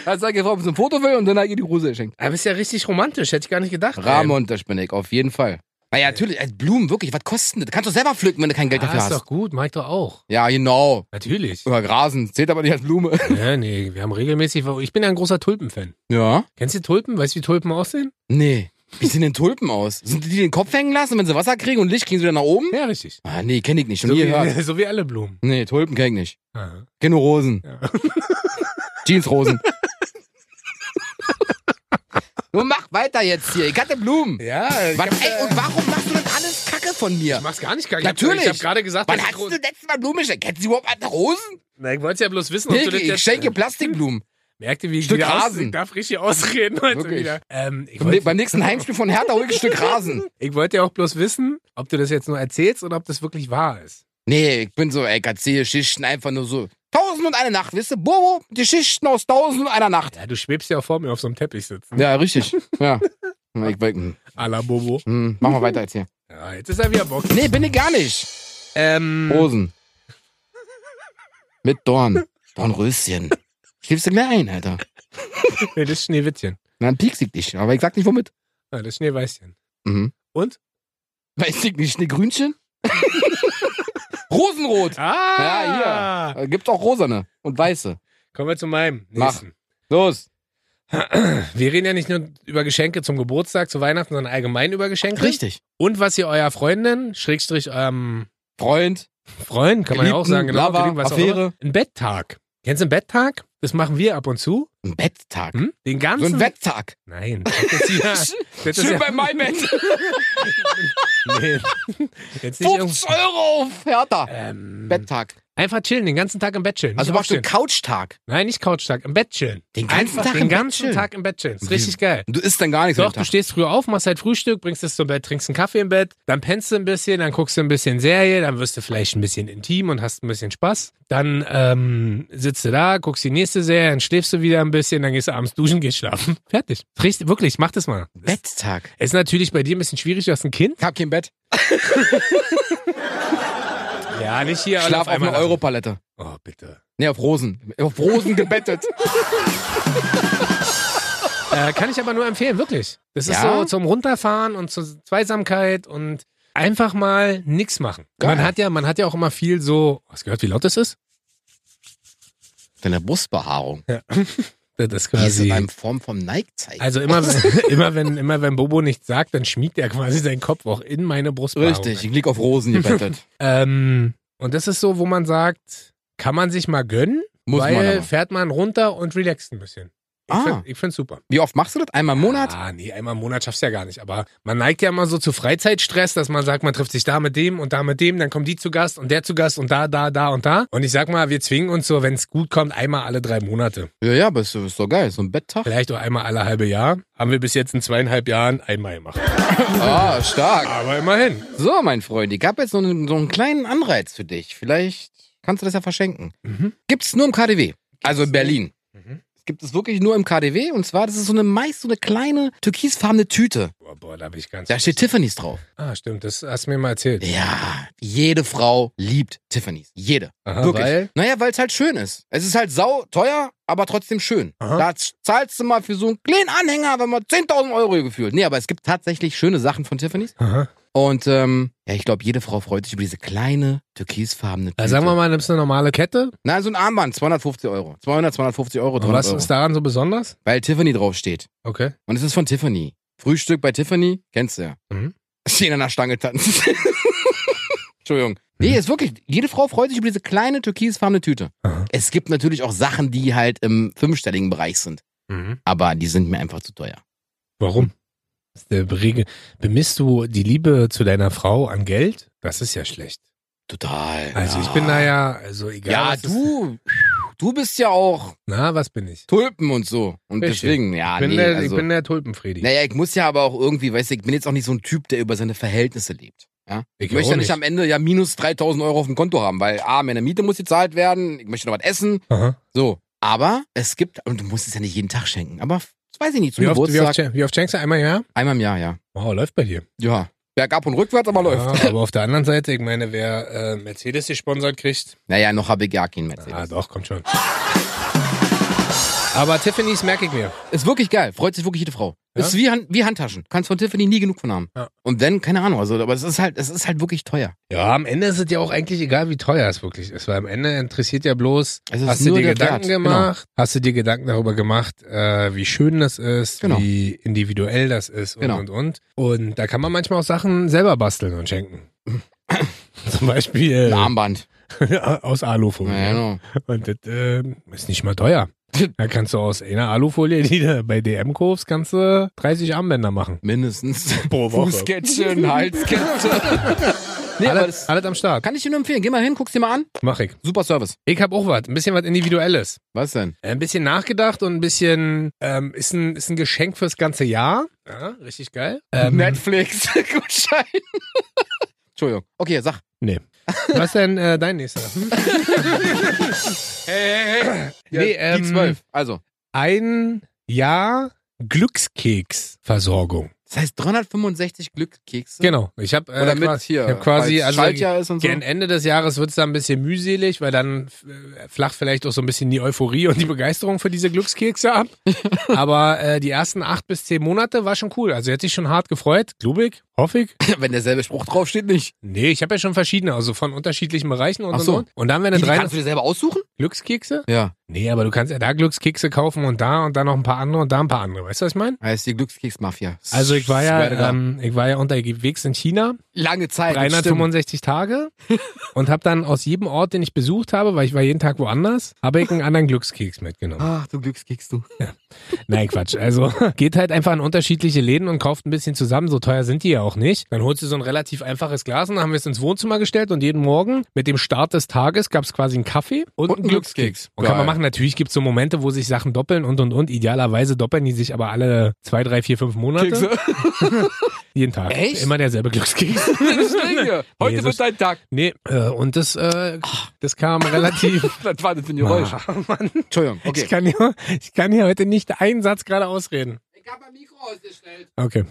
Dann sag ich, ob sie ein Foto will und dann hat ihr die Rose geschenkt.
Aber ist ja richtig romantisch. Hätte ich gar nicht gedacht. Ah,
Ramon, das bin ich, auf jeden Fall. Naja, natürlich, als Blumen, wirklich, was kosten das? Kannst du selber pflücken, wenn du kein Geld
Ah,
dafür
ist
hast.
doch gut. Mach ich doch auch.
Ja, genau.
Natürlich.
Oder Grasen, zählt aber nicht als Blume. <laughs>
Ja, nee, wir haben regelmäßig. Ich bin ja ein großer Tulpen-Fan.
Ja?
Kennst du Tulpen? Weißt du, wie Tulpen aussehen?
Nee. Wie sehen denn Tulpen aus? Sind die, die den Kopf hängen lassen, wenn sie Wasser kriegen und Licht kriegen sie wieder nach oben?
Ja, richtig.
Ah, nee, kenn ich nicht. Schon
So
nie gehört.
wie, <laughs> so wie alle Blumen.
Nee, Tulpen kenn ich nicht.
Aha.
Kenn nur Rosen. <laughs>
Ja. <laughs>
Jeansrosen. Nur mach weiter jetzt hier. Ich hatte Blumen.
Ja, äh,
Was, ey, und warum machst du das alles Kacke von
Ich
mir?
mach's gar nicht gar
Natürlich.
Ich hab gerade gesagt,
Wann
dass ich
hast du
groß-
letztes Mal Blumen geschenkt? Hättest du überhaupt andere Rosen?
Na, ich wollte ja bloß wissen, ob
Nee,
du das
ich,
jetzt. äh,
ich schenke
<laughs>
Plastikblumen.
Merkte, wie ich
Stück
wieder aus,
Rasen.
ich darf richtig ausreden heute
Wirklich.
wieder. Ähm, ich,
Beim,
wollte,
beim nächsten Heimspiel von Hertha hol ich ein Stück Rasen.
ich wollte ja auch bloß wissen, ob du das jetzt nur erzählst oder ob das wirklich wahr ist.
Nee, ich bin so, ey, ich erzähle Schichten einfach nur so. Tausend und eine Nacht, wisst ihr? Bobo, die Schichten aus tausend und einer Nacht.
Ja, du schwebst ja auch vor mir auf so einem Teppich sitzen.
Ja, richtig. Ja. Na, Ich, hm,
A la Bobo.
hm, mach mal weiter jetzt hier.
Ja, jetzt ist er wieder Bock.
Nee, bin ich gar nicht.
Ähm,
Rosen. Mit Dorn. Dornröschen. Schläfst du mir ein, Alter.
nee, das ist Schneewittchen.
Na, Dann piekst ich dich, aber ich sag nicht womit.
Ah, das ist Schneeweißchen.
Mhm.
Und?
Weiß ich nicht, eine Grünchen? <laughs> Rosenrot.
Ah!
Ja, Äh, Gibt auch rosane und weiße.
Kommen wir zu meinem
Mach.
nächsten.
Los.
Wir reden ja nicht nur über Geschenke zum Geburtstag, zu Weihnachten, sondern allgemein über Geschenke.
Richtig.
Und was ihr eurer Freundin, Schrägstrich, ähm,
Freund,
Freund, kann man ja auch
Geliebten,
sagen, genau,
Lover,
geliebten, was auch
Affäre.
immer. Ein Betttag. Kennst du einen Betttag? Das machen wir ab und zu.
ein Betttag.
Hm? Den
So
ganzen.
ein Wetttag.
Nein. Das
<laughs>
ist ja, das ist
Schön
ja,
bei meinem <laughs> Bett.
nee. Jetzt
50
nicht irgend-
Euro auf Hertha.
ähm,
Betttag.
Einfach chillen, den ganzen Tag im Bett chillen.
Also
nicht
machst du
aufstehen.
Couchtag.
Nein, nicht Couchtag, im Bett chillen.
Den ganzen
einfach
Tag
den
im Bett
ganzen
chillen.
Tag im Bett chillen. Ist richtig geil.
Du isst dann gar nichts
Doch,
am
du
Tag.
stehst früh auf, machst halt Frühstück, bringst es zum Bett, trinkst einen Kaffee im Bett, dann pennst du ein bisschen, dann guckst du ein bisschen Serie, dann wirst du vielleicht ein bisschen intim und hast ein bisschen Spaß. Dann ähm, sitzt du da, guckst die nächste Serie, dann schläfst du wieder ein bisschen, dann gehst du abends duschen, gehst schlafen. <laughs> Fertig. Richtig, wirklich, mach das mal.
Betttag.
Ist natürlich bei dir ein bisschen schwierig, du hast ein Kind.
Ich hab kein Bett.
Ja, nicht hier. alle
Schlaf auf
einmal
einer Europalette.
lassen. Oh, bitte.
Nee, auf Rosen. Auf Rosen <laughs> gebettet.
Äh, kann ich aber nur empfehlen, wirklich. Das ist
Ja?
so zum Runterfahren und zur Zweisamkeit und einfach mal nix machen.
Geil.
Man hat ja, man hat ja auch immer viel so. Hast du gehört, wie laut das ist?
Deine Brustbehaarung.
Das ist
Die ist in
quasi.
einem Form vom Neigzeichen.
Also immer, wenn- immer <laughs> wenn, immer wenn Bobo nichts sagt, dann schmiegt er quasi seinen Kopf auch in meine Brust.
Richtig, ich lieg auf Rosen
<laughs>
gebettet.
Ähm, und das ist so, wo man sagt, kann man sich mal gönnen,
Muss
weil
man aber.
fährt man runter und relaxt ein bisschen. Ich
Ah.
find- ich find's super.
Wie oft machst du das? Einmal im Monat?
Ah, nee, einmal im Monat schaffst du ja gar nicht. Aber man neigt ja immer so zu Freizeitstress, dass man sagt, man trifft sich da mit dem und da mit dem, dann kommen die zu Gast und der zu Gast und da, da, da und da. Und ich sag mal, wir zwingen uns so, wenn es gut kommt, einmal alle drei Monate.
Ja, ja, aber ist, ist doch geil. So ein Betttag.
Vielleicht auch einmal alle halbe Jahr. Haben wir bis jetzt in zweieinhalb Jahren einmal gemacht.
Ah, stark.
Aber immerhin.
So, mein Freund, ich habe jetzt so einen, so einen kleinen Anreiz für dich. Vielleicht kannst du das ja verschenken.
Mhm.
Gibt's nur im KDW, also in Berlin.
Mhm.
Gibt es wirklich nur im KDW. Und zwar, das ist so eine meist so eine kleine türkisfarbene Tüte.
Boah, boah, da bin ich ganz.
Da steht Tiffany's drauf.
ah, stimmt, das hast du mir mal erzählt.
Ja, jede Frau liebt Tiffany's. Jede.
Aha,
Wirklich.
Ah, Weil,
Naja, weil es halt schön ist. Es ist halt sau teuer, aber trotzdem schön.
Aha.
Da z- zahlst du mal für so einen kleinen Anhänger, wenn man 10.000 Euro hier gefühlt. Nee, aber es gibt tatsächlich schöne Sachen von Tiffany's.
aha.
Und ähm, ja, ich glaube, jede Frau freut sich über diese kleine, türkisfarbene Tüte.
Also sagen wir mal, nimmst du eine normale Kette.
Nein, so ein Armband, 250 Euro. 200, 250 Euro,
Und
300
was
Euro.
ist daran so besonders?
Weil Tiffany draufsteht.
Okay.
Und es ist von Tiffany. Frühstück bei Tiffany, kennst du ja.
Mhm.
Stehen an der Stange tanzen. <laughs> Entschuldigung.
Mhm.
Nee, ist wirklich, jede Frau freut sich über diese kleine türkisfarbene Tüte.
Aha.
Es gibt natürlich auch Sachen, die halt im fünfstelligen Bereich sind,
Mhm.
aber die sind mir einfach zu teuer.
Warum? Ist der Regel- Bemisst du die Liebe zu deiner Frau an Geld? Das ist ja schlecht.
Total. Ah.
Also ich bin da ja, also egal.
Ja,
was es-
du, du bist ja auch
Na, was bin ich?
Tulpen und so. Und
Richtig.
deswegen, ja,
Ich bin,
nee,
der,
also,
ich bin der Tulpenfredi.
naja, ich muss ja aber auch irgendwie, weißt du, ich bin jetzt auch nicht so ein Typ, der über seine Verhältnisse lebt. Ja?
Ich
Ich, möchte
auch
ja nicht
nicht.
am Ende ja minus 3000 Euro auf dem Konto haben, weil A, meine Miete muss gezahlt werden, ich möchte noch was essen,
Aha.
so. Aber es gibt, und du musst es ja nicht jeden Tag schenken, aber das weiß ich nicht, zum
Wie, oft, wie, oft,
Geburtstag,
schen- wie oft schenkst du einmal im Jahr?
einmal im Jahr, ja.
Wow, läuft bei dir.
Ja, bergab und rückwärts, aber läuft.
Ja, aber auf der anderen Seite, ich meine, wer äh, Mercedes gesponsert kriegt,
Naja, noch habe ich ja keinen Mercedes.
ah doch, kommt schon. Aber Tiffany's merke ich mir.
Ist wirklich geil, freut sich wirklich jede Frau.
Ja?
Ist wie, Han- wie Handtaschen. Kannst von Tiffany nie genug von haben.
Ja.
Und dann, keine Ahnung, also, aber es ist halt, es ist halt wirklich teuer.
Ja, am Ende ist es ja auch eigentlich egal, wie teuer es wirklich ist, weil am Ende interessiert ja bloß,
Es ist
hast du
nur der
dir Gedanken
Wert, genau.
gemacht, hast du dir Gedanken darüber gemacht, äh, wie schön das ist,
Genau.
wie individuell das ist und
Genau.
und und. Und da kann man manchmal auch Sachen selber basteln
<laughs>
und schenken. Zum Beispiel
Ein Armband.
äh, <laughs> aus Alufolie.
Ja, genau.
Und das äh, ist nicht
<laughs>
mal teuer. Da kannst du aus einer Alufolie, die du bei DM kaufst, kannst du 30 Armbänder machen.
Mindestens.
Pro <laughs>
Fußkettchen, Halskettchen. nee, aber
alles,
das
alles am Start.
kann ich dir nur empfehlen. Geh mal hin, guck's dir mal an.
Mach ich.
Super Service.
Ich hab auch was. Ein bisschen was Individuelles. Äh,
Was denn?
Ein bisschen nachgedacht und ein bisschen ähm, ist, ein, ist ein Geschenk fürs ganze Jahr. Ja, richtig geil. Ähm,
Netflix. Gutschein. Entschuldigung. Okay, sag.
<laughs> Was ist denn äh, dein
<laughs>
nächster? Hm?
Hey, hey, hey.
Nee,
Ja, die
ähm,
zwölf. Also.
Ein Jahr Glückskeksversorgung.
Das heißt 365 Glückskekse.
Genau. Ich habe äh,
Oder mit
quasi-
hier.
ich hab quasi
falls
also,
Schaltjahr ist und so.
Gegen <laughs> Ende des Jahres wird es dann ein bisschen mühselig, weil dann äh, flacht vielleicht auch so ein bisschen die Euphorie und die Begeisterung für diese
<laughs>
Glückskekse ab. Aber äh, die ersten acht bis zehn Monate war schon cool. Also hätte ich schon hart gefreut. Glaube ich, hoffe ich.
Wenn derselbe Spruch draufsteht, nicht.
Nee, ich habe ja schon verschiedene, also von unterschiedlichen Bereichen und
Ach
und,
so.
und. Und dann werden
Die,
dann
die
drei
kannst du dir selber aussuchen?
Glückskekse.
Ja.
Nee, aber du kannst ja da Glückskekse kaufen und da und da noch ein paar andere und da ein paar andere. Weißt du, was ich meine?
Heißt die Glückskeksmafia.
Also ich war
Swear to God.
ja, ähm, ich war ja unterwegs in China
lange Zeit. Äh, das stimmt.
365 Tage und habe dann aus jedem Ort, den ich besucht habe, weil ich war jeden Tag woanders, habe ich einen anderen Glückskeks mitgenommen.
Ach, Ah, du Glückskeks, du.
Nein, Quatsch. Also <laughs> geht halt einfach in unterschiedliche Läden und kauft ein bisschen zusammen. So teuer sind die ja auch nicht. Dann holst du so ein relativ einfaches Glas und dann haben wir es ins Wohnzimmer gestellt und jeden Morgen mit dem Start des Tages gab es quasi einen Kaffee und, einen Glückskeks. Und kann man
Geil.
machen. Natürlich gibt es so Momente, wo sich Sachen doppeln und und und. Idealerweise doppeln die sich aber alle zwei, drei, vier, fünf Monate. <laughs> Jeden Tag.
Echt?
Immer derselbe
<laughs>
Glückskeks.
Heute
Heute so wird
dein Tag. <laughs>
Nee, äh, und das, äh, das
<laughs>
kam relativ.
Das war das für ein
Ah, Mann.
Entschuldigung,
Ich,
okay.
kann hier, ich kann hier heute nicht einen Satz gerade ausreden.
Ich habe mein Mikro ausgestellt.
Okay.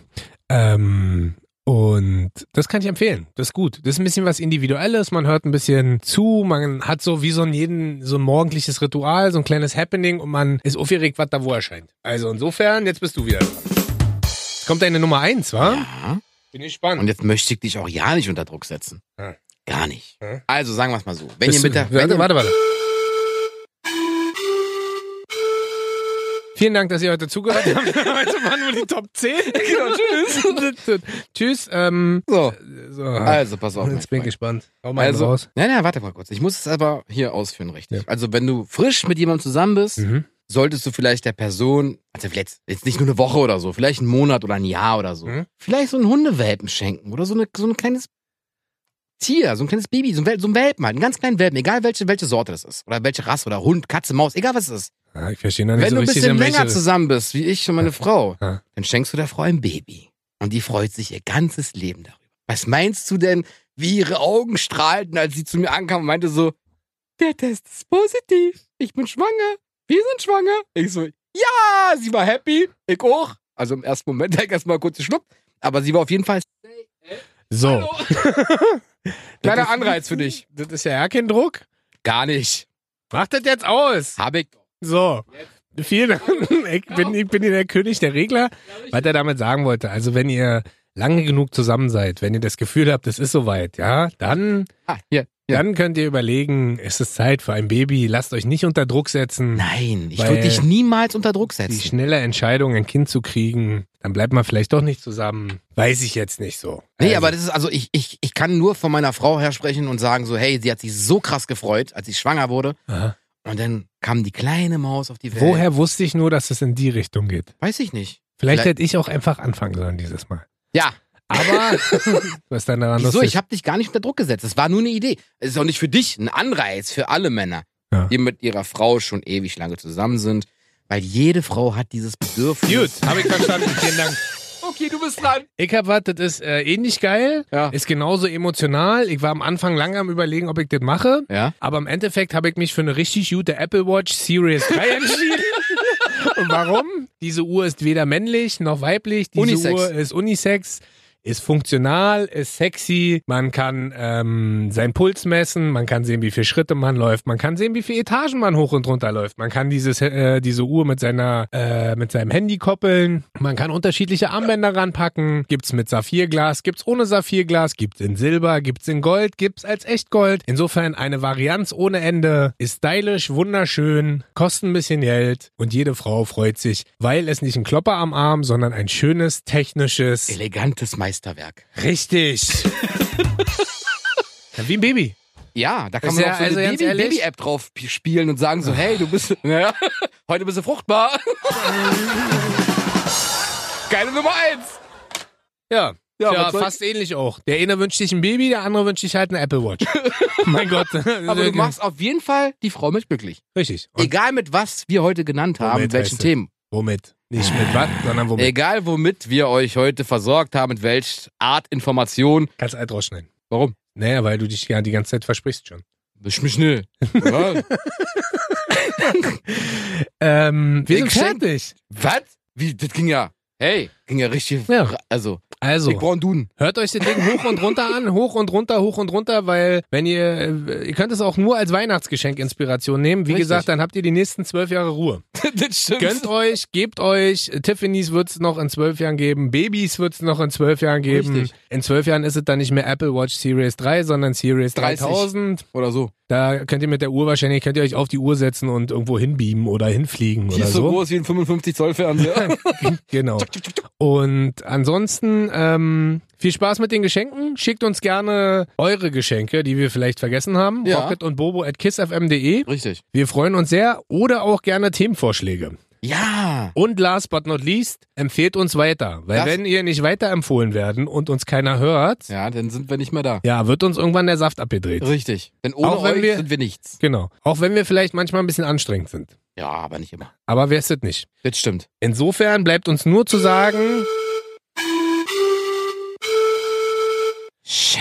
Ähm, und das kann ich empfehlen. Das ist gut. Das ist ein bisschen was Individuelles. Man hört ein bisschen zu. Man hat so wie so ein jeden, so ein morgendliches Ritual, so ein kleines Happening und man ist aufgeregt, was da wo erscheint. Also insofern, jetzt bist du wieder dran. Jetzt kommt deine Nummer eins, wa?
Ja.
Bin ich gespannt.
Und jetzt möchte ich dich auch ja nicht unter Druck setzen.
Hm.
Gar nicht.
Hm.
Also sagen wir es mal so. Wenn
Bist
ihr mit
du-
der, wenn
warte,
ihr,
warte, warte. Vielen Dank, dass ihr heute
<laughs>
zugehört habt. heute waren nur die Top 10. <laughs> genau,
<laughs>
tschüss. tschüss. Ähm,
So,
so.
also pass auf.
Jetzt bin ich gespannt. Hau mal
also,
also, raus.
nein, nein, warte mal kurz. Ich muss es aber hier ausführen, richtig.
Ja.
Also, wenn du frisch mit jemandem zusammen bist,
Mhm.
solltest du vielleicht der Person, also vielleicht jetzt nicht nur eine Woche oder so, vielleicht einen Monat oder ein Jahr oder so,
Mhm.
vielleicht so einen Hundewelpen schenken oder so, eine, so ein kleines Tier, so ein kleines Baby, so ein, Wel so ein Welpen halt, einen ganz kleinen Welpen, egal welche, welche Sorte das ist oder welche Rasse oder Hund, Katze, Maus, egal was es ist.
Ah, ich verstehe noch nicht
Wenn
so
du ein
richtig,
bisschen
in welche-
länger zusammen bist, wie ich und meine Frau,
Ja.
dann schenkst du der Frau ein Baby und die freut sich ihr ganzes Leben darüber. Was meinst du denn, wie ihre Augen strahlten, als sie zu mir ankam und meinte so, der Test ist positiv, ich bin schwanger. wir sind schwanger. Ich so, ja, sie war happy. Ich auch. Also im ersten Moment <laughs> habe ich erstmal kurz geschluckt. Aber sie war auf jeden Fall.
So.
Hallo.
Oh. <laughs> Das
Kleiner
ist-
Anreiz für dich.
Das ist ja ja kein Druck.
Gar nicht.
Mach das jetzt aus.
Hab ich.
So. Vielen Dank. <laughs> Ich bin, ich bin hier der König der Regler. Was er damit sagen wollte, also wenn ihr lange genug zusammen seid, wenn ihr das Gefühl habt, es ist soweit, ja, dann,
Ah, hier. Ja.
dann könnt ihr überlegen, ist es ist Zeit für ein Baby, lasst euch nicht unter Druck setzen.
Nein, ich
Weil-
würde dich niemals unter Druck
Die
setzen.
schnelle Entscheidung, ein Kind zu kriegen, dann bleibt man vielleicht doch nicht zusammen. Weiß ich jetzt nicht so.
Nee,
Also,
aber das ist, also ich, ich, ich kann nur von meiner Frau her sprechen und sagen so, hey, sie hat sich so krass gefreut, als sie schwanger wurde.
aha.
Und dann kam die kleine Maus auf die Welt.
Woher wusste ich nur, dass es in die Richtung geht?
Weiß ich nicht.
Vielleicht,
Vielleicht-
hätte ich auch einfach anfangen sollen
<laughs>
dieses Mal.
Ja,
Aber <laughs> was dann daran
wieso?
lustig?
Ich habe dich gar nicht unter Druck gesetzt. Es war nur eine Idee. Es ist auch nicht für dich ein Anreiz für alle Männer,
Ja.
die mit ihrer Frau schon ewig lange zusammen sind. Weil jede Frau hat dieses
Gut,
Bedürfnis.
habe ich verstanden. Vielen Dank.
Okay, du bist dran.
Ich hab was, das ist äh, ähnlich geil.
Ja.
Ist genauso emotional. Ich war am Anfang lange am überlegen, ob ich das mache.
Ja.
Aber im Endeffekt habe ich mich für eine richtig gute Apple Watch Series
<laughs>
3 entschieden. Und warum? Diese Uhr ist weder männlich noch weiblich. Diese
Unisex.
Uhr ist unisex, ist funktional, ist sexy. Man kann ähm, seinen Puls messen, man kann sehen, wie viele Schritte man läuft, man kann sehen, wie viele Etagen man hoch und runter läuft. Man kann dieses, äh, diese Uhr mit, seiner, äh, mit seinem Handy koppeln. Man kann unterschiedliche Armbänder ranpacken. Gibt's mit Saphirglas, gibt's ohne Saphirglas, gibt's in Silber, gibt's in Gold, gibt's als Echtgold. Insofern eine Varianz ohne Ende. Ist stylisch, wunderschön, kostet ein bisschen Geld und jede Frau freut sich, weil es nicht ein Klopper am Arm, sondern ein schönes, technisches.
Elegantes Meisterwerk. <laughs>
Richtig. Ja, Wie ein Baby.
Ja, da kann
Ist
man
ja-
auch so
also
eine
ganz
Baby-
ehrlich-
Baby-App drauf p- spielen und sagen so, hey, du bist, naja, heute bist du fruchtbar. Geile Nummer eins.
Ja.
Ja,
Ja,
was soll-
fast ähnlich auch. Der eine wünscht sich ein Baby, der andere wünscht sich halt eine Apple
<laughs>
Watch. mein Gott.
Aber du machst auf jeden Fall die Frau mit glücklich.
Richtig. Und
Egal mit was wir heute genannt haben,
Womit
mit welchen
heißt es?
Themen.
womit? Nicht mit was, sondern womit?
Egal womit wir euch heute versorgt haben, mit welch Art Information.
Kannst alt rausschneiden.
Warum?
Naja, weil du dich ja die ganze Zeit versprichst schon.
Misch mich
<laughs>
schnell. Ja.
Ähm, wir
Ich
sind
schenk-
fertig.
was? Wie, das ging ja, hey, ging ja richtig,
Ja.
ra- also, ich
Also,
brauch einen Duden. <laughs>
hört euch das Ding hoch und runter an, hoch und runter, hoch und runter, weil wenn ihr, äh, ihr könnt es auch nur als Weihnachtsgeschenk Inspiration nehmen. Wie
Richtig.
gesagt, dann habt ihr die nächsten zwölf Jahre Ruhe.
das stimmt.
Gönnt euch, gebt euch. Tiffany's wird's noch in zwölf Jahren geben. Babys wird's noch in zwölf Jahren geben.
Richtig.
In zwölf Jahren ist es dann nicht mehr Apple Watch Series 3, sondern Series
30.
3000.
Oder so.
Da könnt ihr mit der Uhr wahrscheinlich, könnt ihr euch auf die Uhr setzen und irgendwo hinbeamen oder hinfliegen
Die
oder
ist so
so.
groß wie ein 55 Zoll <laughs> Fernseher.
<laughs> Genau. Und ansonsten ähm, viel Spaß mit den Geschenken. Schickt uns gerne eure Geschenke, die wir vielleicht vergessen haben.
Ja.
Rocket und Bobo at kissfm.de.
Richtig.
Wir freuen uns sehr. Oder auch gerne Themenvorschläge.
Ja.
Und last but not least, empfehlt uns weiter. Weil
Das-
wenn ihr nicht weiterempfohlen werden und uns keiner hört, ja.
Ja, dann sind wir nicht mehr da.
wird uns irgendwann der Saft abgedreht.
Richtig. Denn ohne
Auch wenn
euch
wir-
sind wir nichts.
Genau. Auch wenn wir vielleicht manchmal ein bisschen anstrengend sind.
Ja, aber nicht immer.
Aber wer ist das nicht?
Das stimmt.
Insofern bleibt uns nur zu sagen,
Shit.